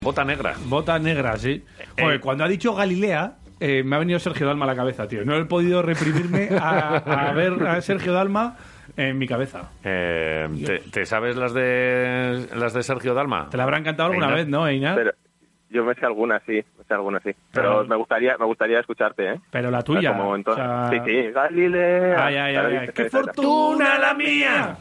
Bota negra. Bota negra, sí. Eh, Joder, cuando ha dicho Galilea, eh, me ha venido Sergio Dalma a la cabeza, tío. No he podido reprimirme a, a ver a Sergio Dalma en mi cabeza. Eh, ¿te, te sabes las de las de Sergio Dalma? Te la habrán cantado alguna Einar. vez, ¿no, Einar? Pero, Pero yo me sé alguna, sí, me sé alguna, sí. Pero Claro. me gustaría, me gustaría escucharte, ¿eh? la tuya. Como o entonces. sea- Sí, sí, Galilea. Ay, ay, ay, ay. ¡Qué Esa, esa. fortuna la mía!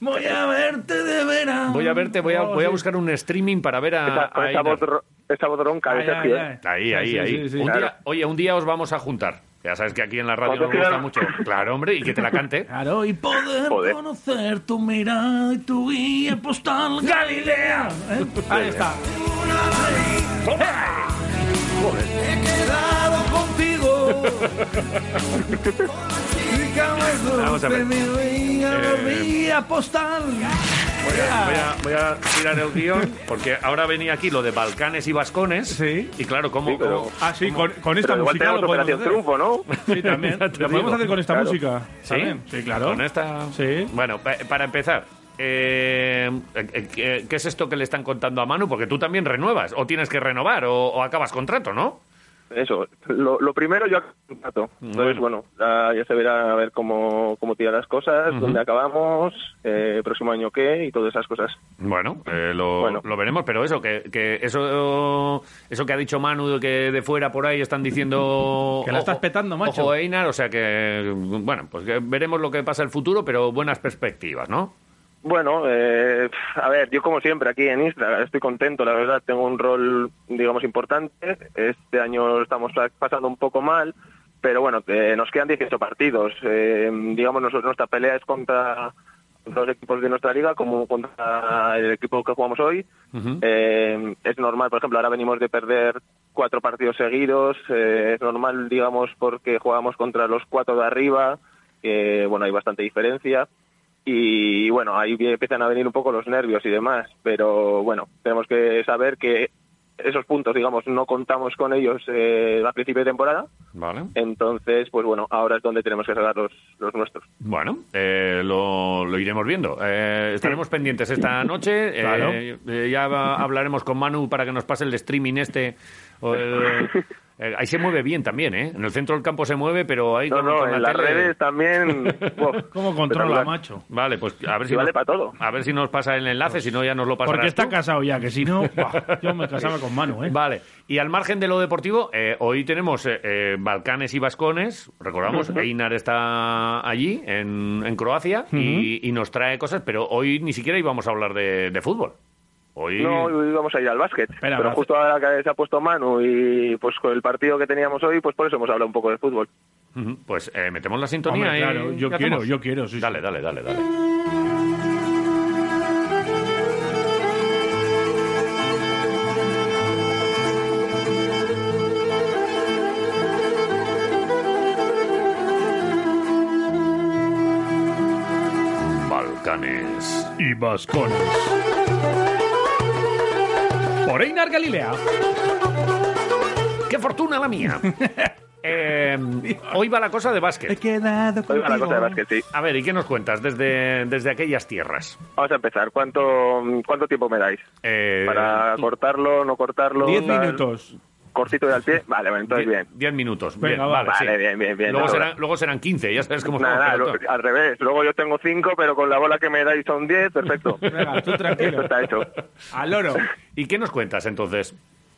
Voy a verte de veras. Voy a verte, voy a, Oh, voy a sí. buscar un streaming para ver a, Esa, a esa Einar. voz, ro- esa voz ronca de Ay, ay, Sergio. ay. ¿eh? Ahí, ahí, Sí, sí, ahí. sí, sí. Un Claro. día- oye, un día os vamos a juntar. Ya sabes que aquí en la radio Cuando nos gusta quiera. mucho. Claro, hombre, y que te la cante. Claro, y poder, Joder. conocer tu mirada y tu guía postal Galilea. ¿eh? Ahí está. He quedado contigo. Vamos a ver. Eh, postal. Voy a, voy a tirar el guión, porque ahora venía aquí lo de Balcanes y Vascones. Sí. Y claro, ¿cómo? Sí, pero- cómo- Ah, sí, con, con esta Pero igual música tenemos lo podemos Operación hacer. Triunfo, ¿no? Sí, también. Ya te Lo podemos digo. hacer con esta Claro. música. también. Sí, claro. Con esta. Sí. Bueno, pa- para empezar. eh, eh, eh, ¿Qué es esto que le están contando a Manu? Porque tú también renuevas, o tienes que renovar, o, o acabas contrato, ¿no? Eso, lo, lo primero yo contrato. Entonces, bueno, ah, ya se verá a ver cómo, cómo tiran las cosas, dónde acabamos, eh, próximo año qué y todas esas cosas. Bueno, eh, lo, Bueno. lo veremos, pero eso que, que eso eso que ha dicho Manu de que de fuera por ahí están diciendo Que la estás ojo- petando, macho. Ojo Einar, o sea que bueno, pues que veremos lo que pasa en el futuro, pero buenas perspectivas, ¿no? Bueno, eh, a ver, yo como siempre aquí en Isla estoy contento, la verdad, tengo un rol, digamos, importante. Este año lo estamos pasando un poco mal, pero bueno, eh, nos quedan 18 partidos. Eh, digamos, nosotros, nuestra pelea es contra los equipos de nuestra liga, como contra el equipo que jugamos hoy. Eh, es normal, por ejemplo, ahora venimos de perder cuatro partidos seguidos, eh, es normal, digamos, porque jugamos contra los cuatro de arriba, que bueno, hay bastante diferencia y bueno, ahí empiezan a venir un poco los nervios y demás, pero bueno, tenemos que saber que esos puntos, digamos, no contamos con ellos eh, a principio de temporada, Vale. entonces, pues bueno, ahora es donde tenemos que sacar los, los nuestros. Bueno, eh, lo, lo iremos viendo. Eh, estaremos pendientes esta noche. eh, Claro. eh, ya va- hablaremos con Manu para que nos pase el streaming este. o el- eh, ahí se mueve bien también, ¿eh? En el centro del campo se mueve, pero ahí No, con, no, con en la las tele- redes también... uf, ¿Cómo controla, espectacular. macho? Vale, pues a ver si Y vale nos- para todo. A ver si nos pasa el enlace, si no ya nos lo pasarás Porque está tú. casado ya, que si no, buah, yo me casaba con Manu, ¿eh? Vale, y al margen de lo deportivo, eh, hoy tenemos eh, eh, Balcanes y Vascones, recordamos, Einar está allí, en, en Croacia, y, y nos trae cosas, pero hoy ni siquiera íbamos a hablar de, de fútbol. Hoy... No íbamos a ir al básquet, Espera, pero va- justo ahora que se ha puesto Manu y pues con el partido que teníamos hoy, pues por eso hemos hablado un poco de fútbol. Ujú, Pues eh, metemos la sintonía Hombre, y- claro, yo ¿qué quiero, hacemos? yo quiero, sí. sí. Dale, dale, dale, dale. Balcanes. y vascones. Por Einar Galilea. ¡Qué fortuna la mía! Eh, hoy va la cosa de básquet. quedado Hoy va la cosa de básquet, sí. A ver, ¿y qué nos cuentas desde, desde aquellas tierras? Vamos a empezar. ¿Cuánto, cuánto tiempo me dais? Eh, Para cortarlo, no cortarlo... Diez tal? minutos. cortito y al pie. Vale, bueno, entonces bien. 10 minutos. Venga, bien, va. vale, sí. Vale, bien, bien, bien, Luego ahora. serán, luego serán 15, ya sabes cómo Nada, nada, estamos, lo- pero- al revés. Luego yo tengo cinco, pero con la bola que me dais son 10, perfecto. Venga, tú Eso tranquilo. está hecho. Al oro. ¿Y qué nos cuentas entonces?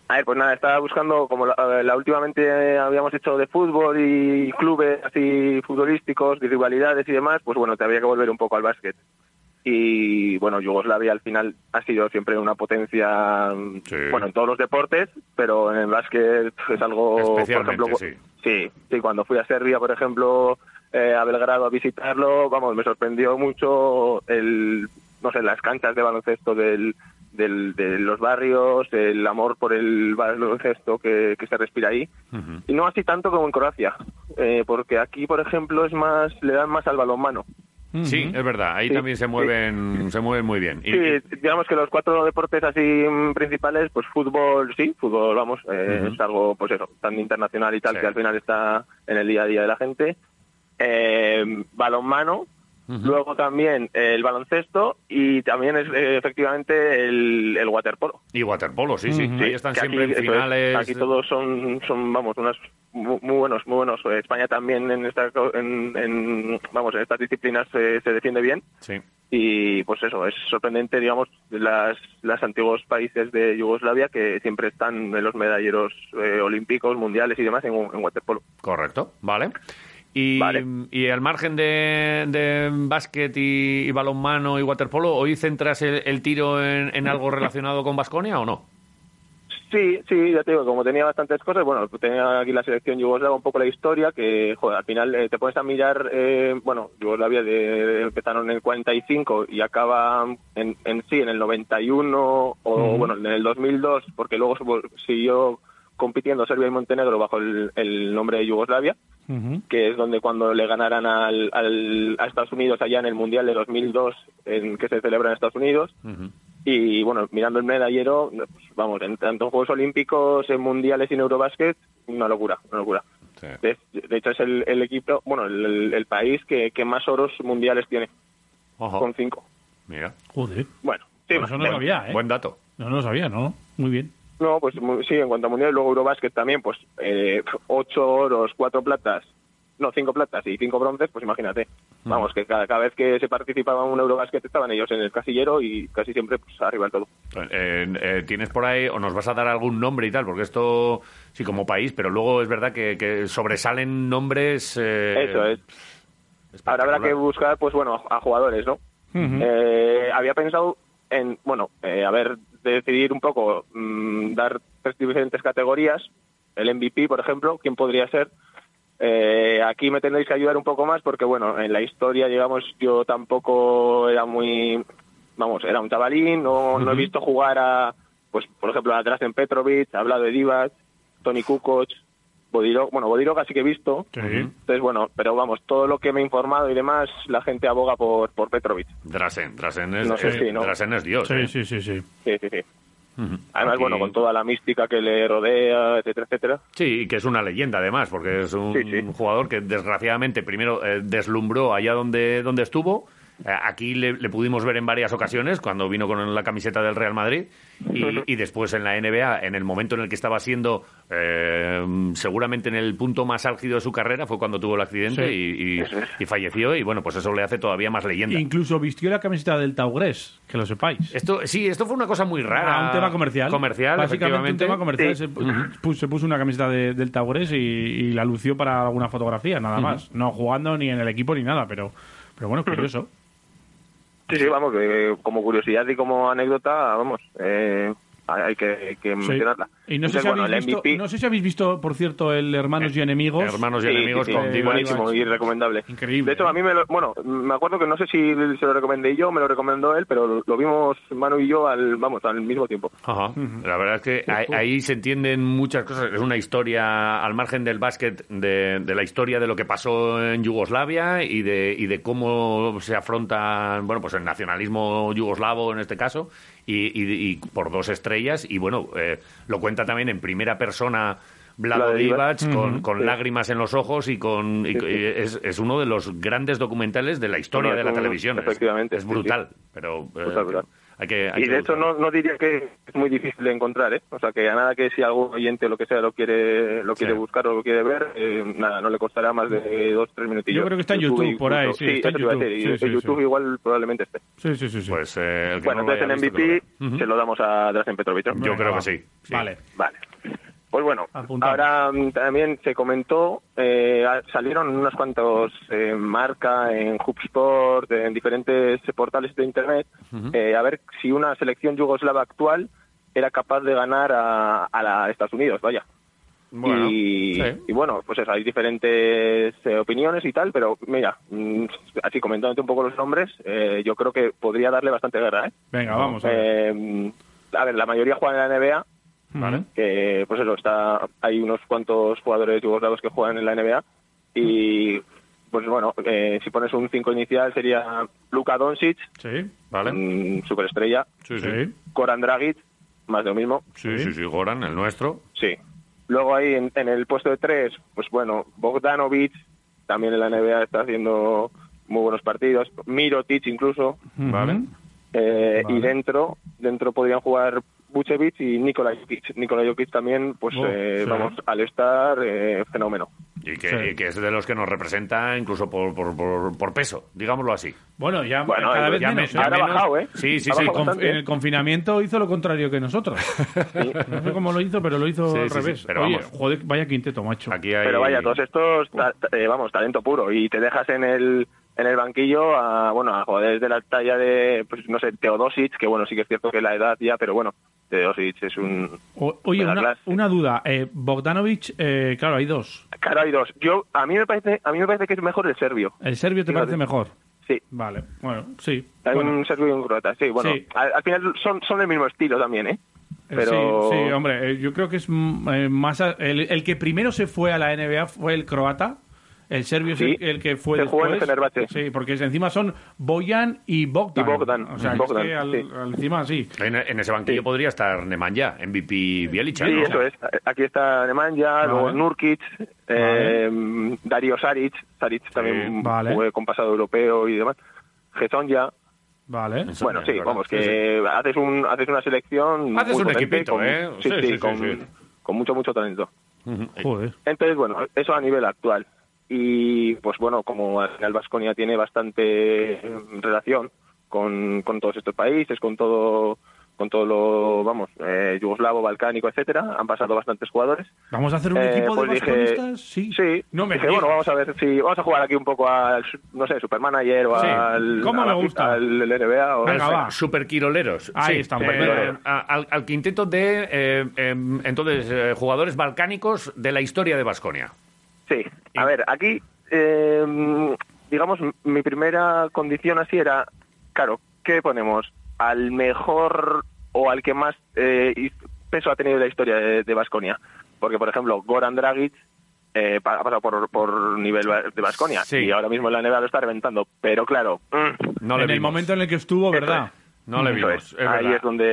A ver, pues nada, estaba buscando, como la, eh, la últimamente habíamos hecho de fútbol y clubes así futbolísticos, de rivalidades y demás, pues bueno, te había que volver un poco al básquet. Y bueno, Yugoslavia al final ha sido siempre una potencia, mm, Sí. bueno, en todos los deportes, pero en el básquet es algo, por Especialmente, ejemplo, sí. Sí, sí, cuando fui a Serbia, por ejemplo, eh, a Belgrado a visitarlo, vamos, me sorprendió mucho el, no sé, las canchas de baloncesto del, del- de los barrios, el amor por el baloncesto que, que se respira ahí. Y no así tanto como en Croacia, eh, porque aquí, por ejemplo, es más le dan más al balonmano. Sí, es verdad. Ahí Sí, también se sí. mueven, se mueven muy bien. Y- Sí, digamos que los cuatro deportes así mm, principales, pues fútbol, sí, fútbol, vamos, eh, es algo, pues eso, tan internacional y tal, Sí. que al final está en el día a día de la gente. Eh, balonmano, luego también el baloncesto y también es eh, efectivamente el, el waterpolo. y, y waterpolo, sí, sí. Ujú. Ahí están Que aquí, siempre en eso es, finales. eh. Aquí todos son, son vamos, unas mu- muy buenos, muy buenos. España también en, esta, co- en, en, vamos, en estas disciplinas eh, se defiende bien. Sí. Y pues eso, es sorprendente, digamos, las, las antiguos países de Yugoslavia que siempre están en los medalleros eh, olímpicos, mundiales y demás en, en waterpolo. Correcto, vale. Y, Vale. y al margen de, de básquet y, y balonmano y waterpolo, ¿hoy centras el, el tiro en, en algo relacionado con Vasconia o no? Sí, sí, ya te digo, como tenía bastantes cosas, bueno, tenía aquí la selección yugoslava, un poco la historia, que joder, al final eh, te pones a mirar, eh, bueno, Yugoslavia de- empezaron en el 45 y acaba en, en sí en el 91 o bueno, en el 2002, porque luego se vol- siguió compitiendo Serbia y Montenegro bajo el, el nombre de Yugoslavia. Ujú. que es donde cuando le ganaran al, al- a Estados Unidos allá en el Mundial de 2002, en que se celebra en Estados Unidos. Y bueno, mirando el medallero, no, pues, vamos, en, tanto en Juegos Olímpicos, en Mundiales y en Eurobasket, una locura, una locura. De, de hecho, es el, el equipo, bueno, el, el- el país que, que más oros mundiales tiene, Ojo, con cinco. mira, Joder. Bueno, sí, Pues eso no lo bueno. sabía, ¿eh? buen dato. No, no lo sabía, ¿no? Muy bien. No, pues mu- sí, en cuanto a mundial, luego Eurobasket también, pues eh, ocho oros, cuatro platas, no, cinco platas y cinco bronces, pues imagínate. Vamos, que cada, cada vez que se participaba en un Eurobasket estaban ellos en el casillero y casi siempre pues arriba del todo. Eh, eh, ¿Tienes por ahí o nos vas a dar algún nombre y tal? Porque esto, sí, como país, pero luego es verdad que, que sobresalen nombres. eh, Eso es. Ahora habrá que espectacular. buscar, pues bueno, a, a jugadores, ¿no? Eh, había pensado en, bueno, eh, a ver, decidir un poco, mm, dar tres diferentes categorías, el MVP, por ejemplo, quién podría ser. Eh, aquí me tendréis que ayudar un poco más porque, bueno, en la historia, digamos, yo tampoco era muy, vamos, era un chavalín, no, no he visto jugar a, pues, por ejemplo, a Drazen Petrovic, he hablado de Divac, Tony Kukoc, Bodiro, bueno, Bodiro sí que he visto, entonces, bueno, pero vamos, todo lo que me he informado y demás, la gente aboga por, por Petrovic. Drasen, Drasen es, No sé eh, si, ¿no? Drasen es Dios. Sí, eh. sí, sí, sí. Sí, sí, sí. Además, Aquí- bueno, con toda la mística que le rodea, etcétera, etcétera. Sí, y que es una leyenda además, porque es un Sí, sí. jugador que desgraciadamente primero eh, deslumbró allá donde, donde estuvo. Eh, Aquí le, le pudimos ver en varias ocasiones cuando vino con la camiseta del Real Madrid y, y después en la NBA, en el momento en el que estaba siendo eh, seguramente en el punto más álgido de su carrera, fue cuando tuvo el accidente Sí. y, y- y falleció y bueno, pues eso le hace todavía más leyenda. Incluso vistió la camiseta del Taugres, que lo sepáis. Esto, sí, esto fue una cosa muy rara. Era un tema comercial. Comercial, Básicamente un efectivamente. tema comercial. Se, pu- pu- se puso una camiseta de- del Taurés y, y la lució para alguna fotografía, nada más. No jugando ni en el equipo ni nada, pero, pero bueno, curioso. Sí, sí, vamos, que como curiosidad y como anécdota, vamos, eh, hay que, que Sí. mencionarla. Y no sé, Entonces, si bueno, habéis el visto, MVP, no sé si habéis visto, por cierto, el Hermanos y Enemigos. Eh, Hermanos y sí, sí, enemigos sí, con Divac. buenísimo y recomendable. Increíble, De hecho, ¿eh? a mí me lo, bueno, me acuerdo que no sé si se lo recomendé yo, me lo recomendó él, pero lo vimos Manu y yo al, vamos, al mismo tiempo. Ajá. La verdad es que ahí, ahí se entienden muchas cosas. Es una historia al margen del básquet, de, de la historia de lo que pasó en Yugoslavia y de, y de cómo se afronta, bueno, pues el nacionalismo yugoslavo en este caso, y, y- y por dos estrellas. Y bueno, eh, lo cuenta también en primera persona. Vlado Vlado Divac. Divac con, con lágrimas en los ojos y con y- y es, es uno de los grandes documentales de la historia Bueno, de la es un- televisión. Es- efectivamente, es sí, sí. brutal, pero eh, Brutal, brutal. hay que hay Y que de hecho buscarlo. no, no diría que es muy difícil de encontrar, ¿eh? O sea, que a nada que si algún oyente o lo que sea lo quiere lo quiere Sí. buscar o lo quiere ver, eh, nada, no le costará más de dos, tres minutillos. Yo creo que está en YouTube, y- por ahí, sí, está en eso te iba a YouTube. decir, y Sí, en sí, YouTube sí. igual probablemente esté. Sí, sí, sí. sí. Pues eh, el que Bueno, no lo entonces haya en visto, MVP que se lo damos a Drazen Petrovic. ¿no? lo vea. Yo Venga, creo va. que sí. sí. Vale. Vale. Pues bueno, Apuntamos. ahora mm, también se comentó, eh, a- salieron unos cuantos eh, marca en HubSpot, en diferentes portales de internet, eh, a ver si una selección yugoslava actual era capaz de ganar a, a la Estados Unidos, vaya. Bueno, y, sí. y bueno, pues eso, hay diferentes eh, opiniones y tal, pero mira, mm, así comentándote un poco los nombres, eh, yo creo que podría darle bastante guerra, ¿eh? Venga, vamos a ver. Eh, a ver, la mayoría juegan en la NBA, Vale. que pues eso, está, hay unos cuantos jugadores yugoslavos que juegan en la NBA y pues bueno, eh, si pones un 5 inicial sería Luka Doncic, Sí. ¿Vale? mm, superestrella, Sí, sí. Sí. Goran Dragic, más de lo mismo, Sí, sí, sí, Goran, el nuestro. sí. Luego ahí en, en el puesto de 3, pues bueno, Bogdanovic, también en la NBA está haciendo muy buenos partidos, Mirotic incluso, ¿Vale? eh, Vale. y dentro dentro podrían jugar Vucevic y Nikola Jokic. Nikola Jokic también, pues Oh, eh, sí. vamos, al estar eh, fenómeno. Y que, Sí. y que es de los que nos representa incluso por, por, por, por peso, digámoslo así. Bueno, ya Bueno, cada eh, vez ya menos. me- ¿eh? ha ahora- bajado, ¿eh? Sí, sí, Ha sí. bajado con- Conf- bastante. en el confinamiento hizo lo contrario que nosotros. No sé cómo lo hizo, pero lo hizo Sí, al sí, sí, revés. pero Oye, vamos. joder, vaya quinteto, macho. Aquí hay... Pero vaya, todos estos, ta- ta- eh, vamos, talento puro. Y te dejas en el en el banquillo a, bueno, a jugadores de la talla de, pues no sé, Teodosic, que bueno, sí que es cierto que la edad ya, pero bueno, Teodosic es un... O- oye, me da una, clase. una duda. Eh, Bogdanovic, eh, claro, hay dos. Claro, hay dos. Yo, a mí me parece, a mí me parece que es mejor el serbio. ¿El serbio te Fíjate. parece mejor? Sí. Vale, bueno, sí. Hay Bueno, eh, un serbio y un croata, sí, bueno. Sí. Al, al final son, son del mismo estilo también, ¿eh? eh, Pero... sí, sí, hombre, eh, yo creo que es mm, eh, más... a- el, el que primero se fue a la NBA fue el croata. El serbio Sí. es el, el que fue Se jugó después. en el Fenerbahce. Sí, porque encima son Boyan y Bogdan. Y Bogdan, O sea, Bogdan, es que al- sí. al- encima sí. En, en ese banquillo Sí. podría estar Nemanja, MVP Bielicha, Sí, ¿no? eso es. Aquí está Nemanja, luego Nurkic, eh, Darío Saric, Saric también vale. fue con pasado europeo y demás. Gesonja, Vale. Eso bueno, es sí, verdad, vamos, sí, que haces un haces una selección. Haces muy un potente equipito, con- ¿eh? Sí, Sí, sí, sí, sí, con, sí. con mucho, mucho talento. Joder. Entonces, bueno, eso a nivel actual. Y pues bueno, como al final Vasconia tiene bastante eh, relación con, con todos estos países, con todo con todo lo, vamos, eh, yugoslavo, balcánico, etcétera, han pasado bastantes jugadores. ¿Vamos a hacer un Eh, equipo pues de dije, basconistas? Sí. No me dije, bueno, digas. vamos a ver si vamos a jugar aquí un poco al, no sé, Supermanager o Sí. al, ¿Cómo a me la- gusta? al NBA. O, Venga, va. Superquiroleros. Ahí estamos, Eh, venga. a- al, al quinteto de, eh, em, entonces, eh, jugadores balcánicos de la historia de Basconia. Sí, a ver, aquí, eh, digamos, m- mi primera condición así era, claro, ¿qué ponemos? ¿Al mejor o al que más eh, his- peso ha tenido la historia de Vasconia? Porque, por ejemplo, Goran Dragic eh, pa- ha pasado por, por nivel va- de Vasconia Sí. y ahora mismo en la NBA lo está reventando, pero claro, mm, No le en el vimos. momento en el que estuvo, ¿verdad? No le eso vimos. es. es ahí verdad. es donde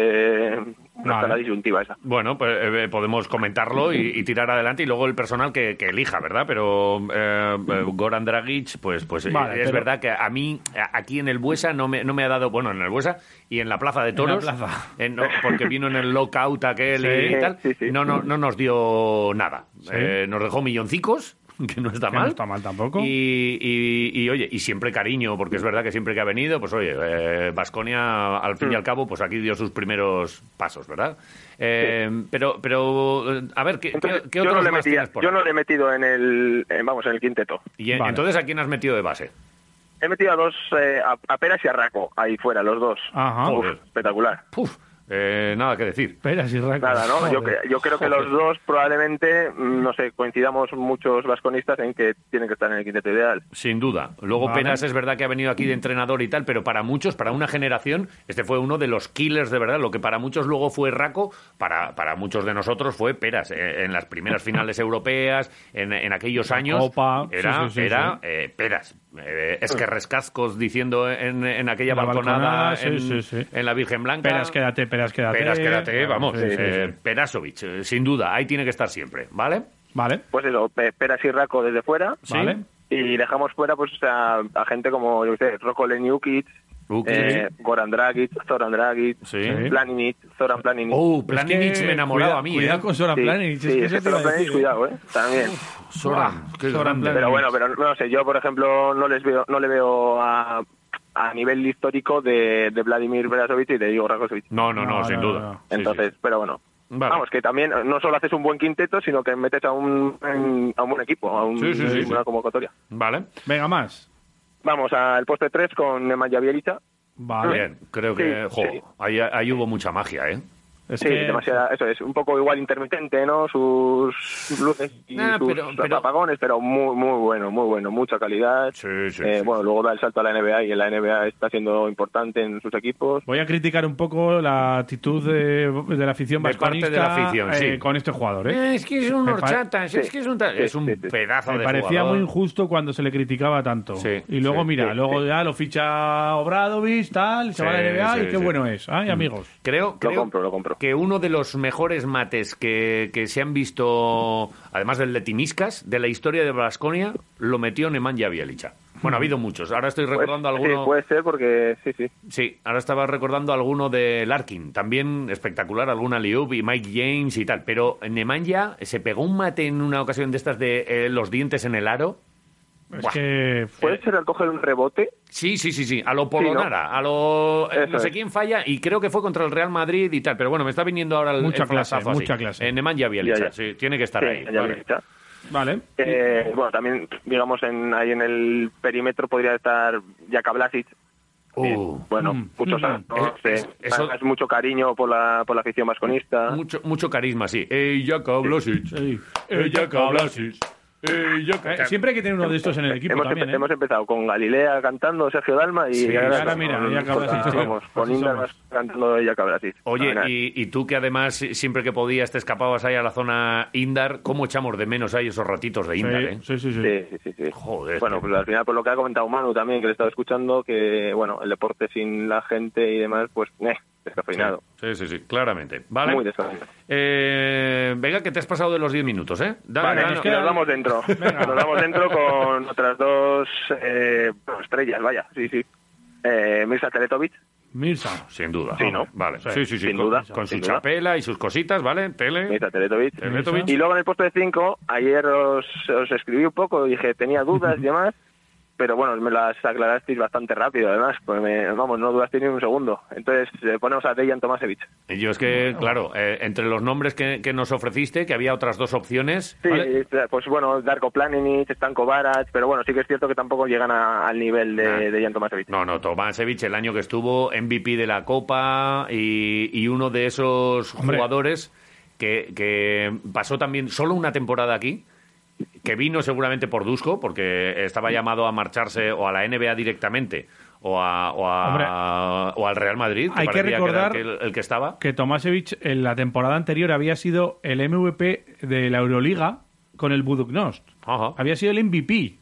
eh, no está Vale. la disyuntiva esa. Bueno, pues eh, eh, podemos comentarlo y, y tirar adelante y luego el personal que, que elija, ¿verdad? Pero eh, eh, Goran Dragic, pues, pues eh, Vale, es pero- verdad que a mí a- aquí en el Buesa no me, no me ha dado, bueno, en el Buesa y en la Plaza de la Toros, plaza. eh, no, porque vino en el lockout aquel Sí, y tal, sí, sí. No, no, no nos dio nada. Eh, nos dejó milloncicos. Que no está Que no mal. está mal tampoco. Y, y- y, oye, y siempre cariño, porque es verdad que siempre que ha venido, pues oye, Vasconia al fin y Mm. al cabo, pues aquí dio sus primeros pasos, ¿verdad? Eh, Pero, pero, eh, a ver, ¿qué, Entonces, qué- qué yo, otros no le más metía- tienes por yo ahí? no le he metido en el, en- vamos, en el quinteto. Y eh, Vale. entonces, ¿a quién has metido de base? He metido a dos, eh, a, a Peras y a Raco, ahí fuera, los dos. Ajá. Uf, Joder. espectacular. Puf, eh, nada que decir. Espera, si Raco. Nada, ¿no? Yo, Joder. cre- yo creo que los dos probablemente, mm, no sé, coincidamos muchos vasconistas en que tienen que estar en el quinteto ideal. Sin duda. Luego Vale. Penas es verdad que ha venido aquí de entrenador y tal, pero para muchos, para una generación, este fue uno de los killers de verdad. Lo que para muchos luego fue Raco, para, para muchos de nosotros fue Peras. Eh, En las primeras finales europeas, en, en aquellos años, Copa, sí, era, sí, sí, era sí. eh, Peras. Eh, es que rescascos diciendo en, en aquella La balconada, balconada, sí, en, sí, sí. en la Virgen Blanca. Peras, quédate, peras, quédate. Peras, quédate, vamos. Sí, sí, sí. eh, Perasovic, eh, sin duda, ahí tiene que estar siempre, ¿vale? Vale, Pues eso, Pe- Peras y Raco desde fuera. Sí. vale. Y dejamos fuera pues a, a gente como, yo qué sé, Rocco Leniukic, Ukic. eh, Goran Dragic, Zoran Dragic, Sí. Planinic, Zoran Planinic. Oh, Es que Planinic me enamoraba cuida- a mí. Cuidado ¿eh? con Sora Sí, Planich. sí, es que es eso que te iba a Zoran Planinic, decir. cuidado, ¿eh? También. Soran, qué Soran grande. Pero Planinic. bueno, pero no sé, yo por ejemplo no les veo, no le veo a, a nivel histórico de, de Vladimir Berasovic y de Igor Rakosovic. No, no, no, No, sin no, duda. no, no. Sí, sí. Entonces, pero bueno. Vale. Vamos, que también no solo haces un buen quinteto, sino que metes a un, en- a un buen equipo, a un- Sí, sí, sí, una sí. convocatoria. Vale. Venga, más. Vamos al poste 3 con Nemanja Bielica. Vale. Bien, creo que Sí, jo, sí. Ahí, ahí hubo mucha magia, ¿eh? Es Sí, que- demasiada, eso es, un poco igual intermitente, ¿no? Sus luces y Nah, sus pero- pero- apagones, pero muy, muy bueno, muy bueno, mucha calidad. Sí, sí, Eh, sí. Bueno, luego da el salto a la NBA y la NBA está siendo importante en sus equipos. Voy a criticar un poco la actitud de, de la afición De parte vasconista de la afición, sí. eh, con este jugador. ¿eh? Eh, Es que es un Me pare- horchata, es Sí, que es un, ta- sí, es un sí, sí. pedazo Me de parecía jugador. muy injusto cuando se le criticaba tanto. Sí, y luego, sí, mira, sí, luego ya lo ficha Obradovich, tal, se va a Sí, la NBA sí, y qué sí. bueno es. Ay, amigos. Mm. Creo, Lo creo compro, lo compro. que uno de los mejores mates que, que se han visto, además del de Timiscas, de la historia de Vasconia, lo metió Nemanja Bielicha. Bueno, ha habido muchos. Ahora estoy Pues, recordando Sí, alguno. puede ser porque sí, sí. Sí, ahora estaba recordando alguno de Larkin, también espectacular, alguna Liub y Mike James y tal. Pero Nemanja se pegó un mate en una ocasión de estas de eh, los dientes en el aro. Es Buah. que. Puede ser al coger un rebote. Sí, sí, sí, sí, a lo Polonara, a lo eh, Eso no sé es. quién falla y creo que fue contra el Real Madrid y tal, pero bueno, me está viniendo ahora el Mucha el clase, flasazo así. mucha clase. Eh, Nemanja Bjelica, Ya, ya. sí, tiene que estar Sí, ahí. ya vale. está. Vale. Eh, bueno, también, digamos, en, ahí en el perímetro podría estar Jaka Blasic. Uh, Eh, bueno, Mm. muchos Mm. años, Es- es- eh, eso- además mucho cariño por la, por la afición vasconista. mucho mucho carisma, sí. Ey, Jaka Blasic. Sí. Ey, Jaka Blasic. Ey, Jaka- Eh, siempre hay que tener uno de estos en el equipo hemos, también. empe- ¿eh? hemos empezado con Galilea cantando Sergio Dalma y Sí, ahora con- mira, con- Jaka con- Blasic, tío. vamos, con Así Indar somos. Vas- cantando Jaka Blasic. Oye, Fenomenal. y, y tú que además siempre que podías te escapabas ahí a la zona Indar, ¿cómo echamos de menos ahí esos ratitos de Indar, eh? Sí, sí, sí. sí. Sí, sí, sí, sí. Joder, Bueno, tío. pues al final, por lo que ha comentado Manu también, que le he estado escuchando, que bueno, el deporte sin la gente y demás, pues, eh, descafeinado. Sí, sí, sí, claramente. Vale. Muy descafeinado. Eh, venga, que te has pasado de los 10 minutos, ¿eh? Dale, Vale, dale. nos, nos damos dentro. Nos damos dentro con otras dos eh, bueno, estrellas, vaya, sí, sí. Eh, Mirza Teletovic, Mirza. Sin duda. Sí, ¿no? Vale. Sí, Sí, sí, sí. sin con, duda, con su sin duda. chapela y sus cositas, ¿vale? Tele. Mirza Teletovic. Teletovic. Y luego en el puesto de 5, ayer os, os escribí un poco, dije, tenía dudas y demás, pero bueno, me las aclarasteis bastante rápido, además, pues me- vamos, no dudasteis ni un segundo. Entonces eh, ponemos a Dejan Tomasevich. Y Yo es que, claro, eh, entre los nombres que, que nos ofreciste, que había otras dos opciones. Sí, ¿vale? eh, pues bueno, Darko Planinic, Stanko Barac, pero bueno, sí que es cierto que tampoco llegan a- al nivel de, Nah. de Jan Tomasevich. No, no, Tomasevich, el año que estuvo MVP de la Copa y, y uno de esos Hombre. jugadores que, que pasó también solo una temporada aquí, que vino seguramente por Dusko, porque estaba llamado a marcharse o a la NBA directamente o, a- o a- o al Real Madrid, que hay que parecía era recordar el que- el que estaba. Que Tomasevich en la temporada anterior había sido el MVP de la Euroliga con el Buduknost. Ajá. Había sido el MVP.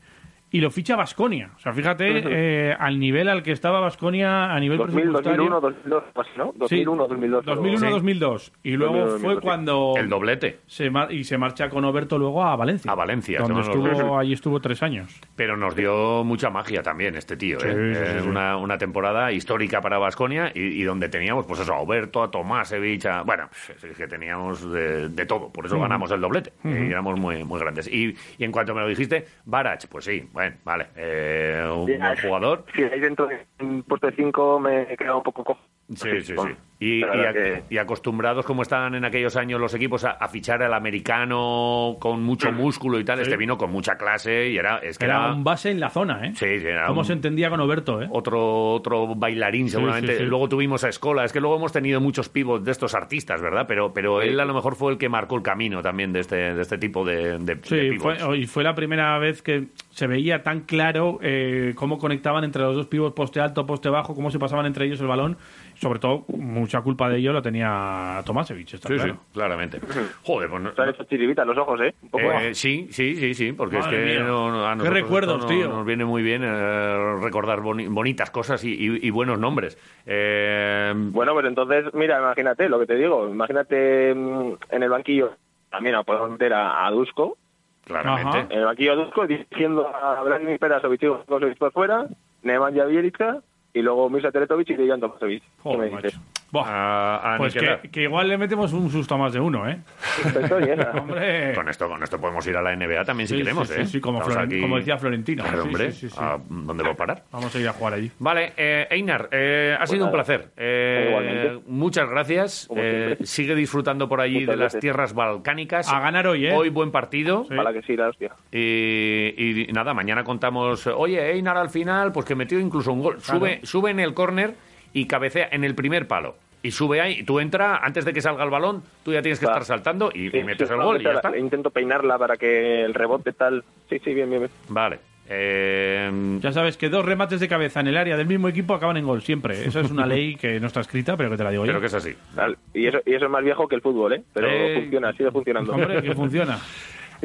Y lo ficha Basconia. O sea, fíjate eh, al nivel al que estaba Basconia a nivel pues, 2000, presupuestario. 2001, 2002, pues, ¿no? Sí. 2001, 2002. 2001, Sí. 2002. Y luego fue 2001, 2002, cuando El doblete. se mar- y se marcha con Oberto luego a Valencia. A Valencia, Donde que no nos estuvo, allí estuvo tres años. Pero nos dio mucha magia también este tío. Sí, ¿eh? sí, sí, Eh, sí. Una, una temporada histórica para Vasconia y, y donde teníamos, pues eso, a Oberto, a Tomasevich, a... Bueno, pues, es que teníamos de, de todo. Por eso ganamos el doblete. Y éramos muy, muy grandes. Y, y en cuanto me lo dijiste, Barach, pues sí, bueno, vale. eh, un Sí, buen jugador. Sí, ahí dentro de un puesto de 5 me he quedado un poco cojo. Sí, sí, sí. Y, La y verdad ac- que- y acostumbrados como estaban en aquellos años los equipos a, a fichar al americano con mucho músculo y tal, este vino con mucha clase y era, es que Era, era, un base en la zona, ¿eh? Sí, era Cómo un- se entendía con Oberto, ¿eh? otro otro bailarín seguramente. sí, sí. Luego tuvimos a Escola. Es que luego hemos tenido muchos pivots de estos artistas, ¿verdad? Pero, pero él a lo mejor fue el que marcó el camino también de este, de este tipo de, de, de Sí, pivots. fue- y fue la primera vez que se veía tan claro eh, cómo conectaban entre los dos pibos, poste alto, poste bajo, cómo se pasaban entre ellos el balón. Sobre todo, mucha culpa de ello la tenía Tomasevich, está Sí, claro. sí, claramente. Joder, pues... no- Se han hecho chiribitas los ojos, ¿eh? Un poco. eh, sí, sí, sí, sí, porque Madre es que mía. no- no- a Qué nosotros recuerdos, esto no- tío. nos viene muy bien eh, recordar boni- bonitas cosas y, y- y buenos nombres. Eh, Bueno, pues entonces, mira, imagínate lo que te digo. Imagínate mm, en el banquillo, también a poder meter a, a Dusko, claramente. Ajá. en el banquillo a Dusko, diciendo a Vladimir Perasovic, Kosovic por fuera, Nemanja Bjelica y luego Mirza Teletovic y Dejan Tomasevic. ¿Qué me Joder, dices? macho. Buah, A- a pues aniquilar. que, que igual le metemos un susto a más de uno, ¿eh? Estoy, ¿eh? Hombre. Con esto, con esto podemos ir a la NBA también si Sí, queremos, sí, sí, ¿eh? sí, como Estamos Floren- aquí- como decía Florentino. Claro, Sí, hombre, sí, sí, sí. ¿a ¿dónde voy a parar? Vamos a ir a jugar allí. Vale, eh, Einar, eh, ha sido un nada. placer. Eh, Igualmente. muchas gracias. Como Eh, siempre. sigue disfrutando por allí Muchas de las gracias. tierras balcánicas. A ganar hoy, ¿eh? Hoy buen partido. Sí. Para que sí, la hostia. Y, y nada, mañana contamos. Oye, Einar al final, pues que metió incluso un gol. Claro. Sube, sube en el córner y cabecea en el primer palo. y sube ahí, y tú entras, antes de que salga el balón, tú ya tienes que Va. estar saltando y, y Sí, sí, metes el no, gol y ya meterla. está. Intento peinarla para que el rebote tal. Sí, sí, bien, bien. bien. Vale. Eh, Ya sabes que dos remates de cabeza en el área del mismo equipo acaban en gol siempre. Esa es una ley que no está escrita, pero que te la digo yo. creo que es así. Tal. Y eso, y eso es más viejo que el fútbol, ¿eh? Pero Eh, funciona, sigue funcionando. Hombre, que funciona.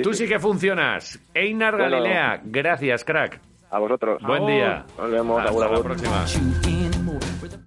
Tú sí que funcionas. Einar Bueno. Galilea, gracias, crack. A vosotros. Buen día. Nos vemos. Hasta agur, la agur. próxima. you in more.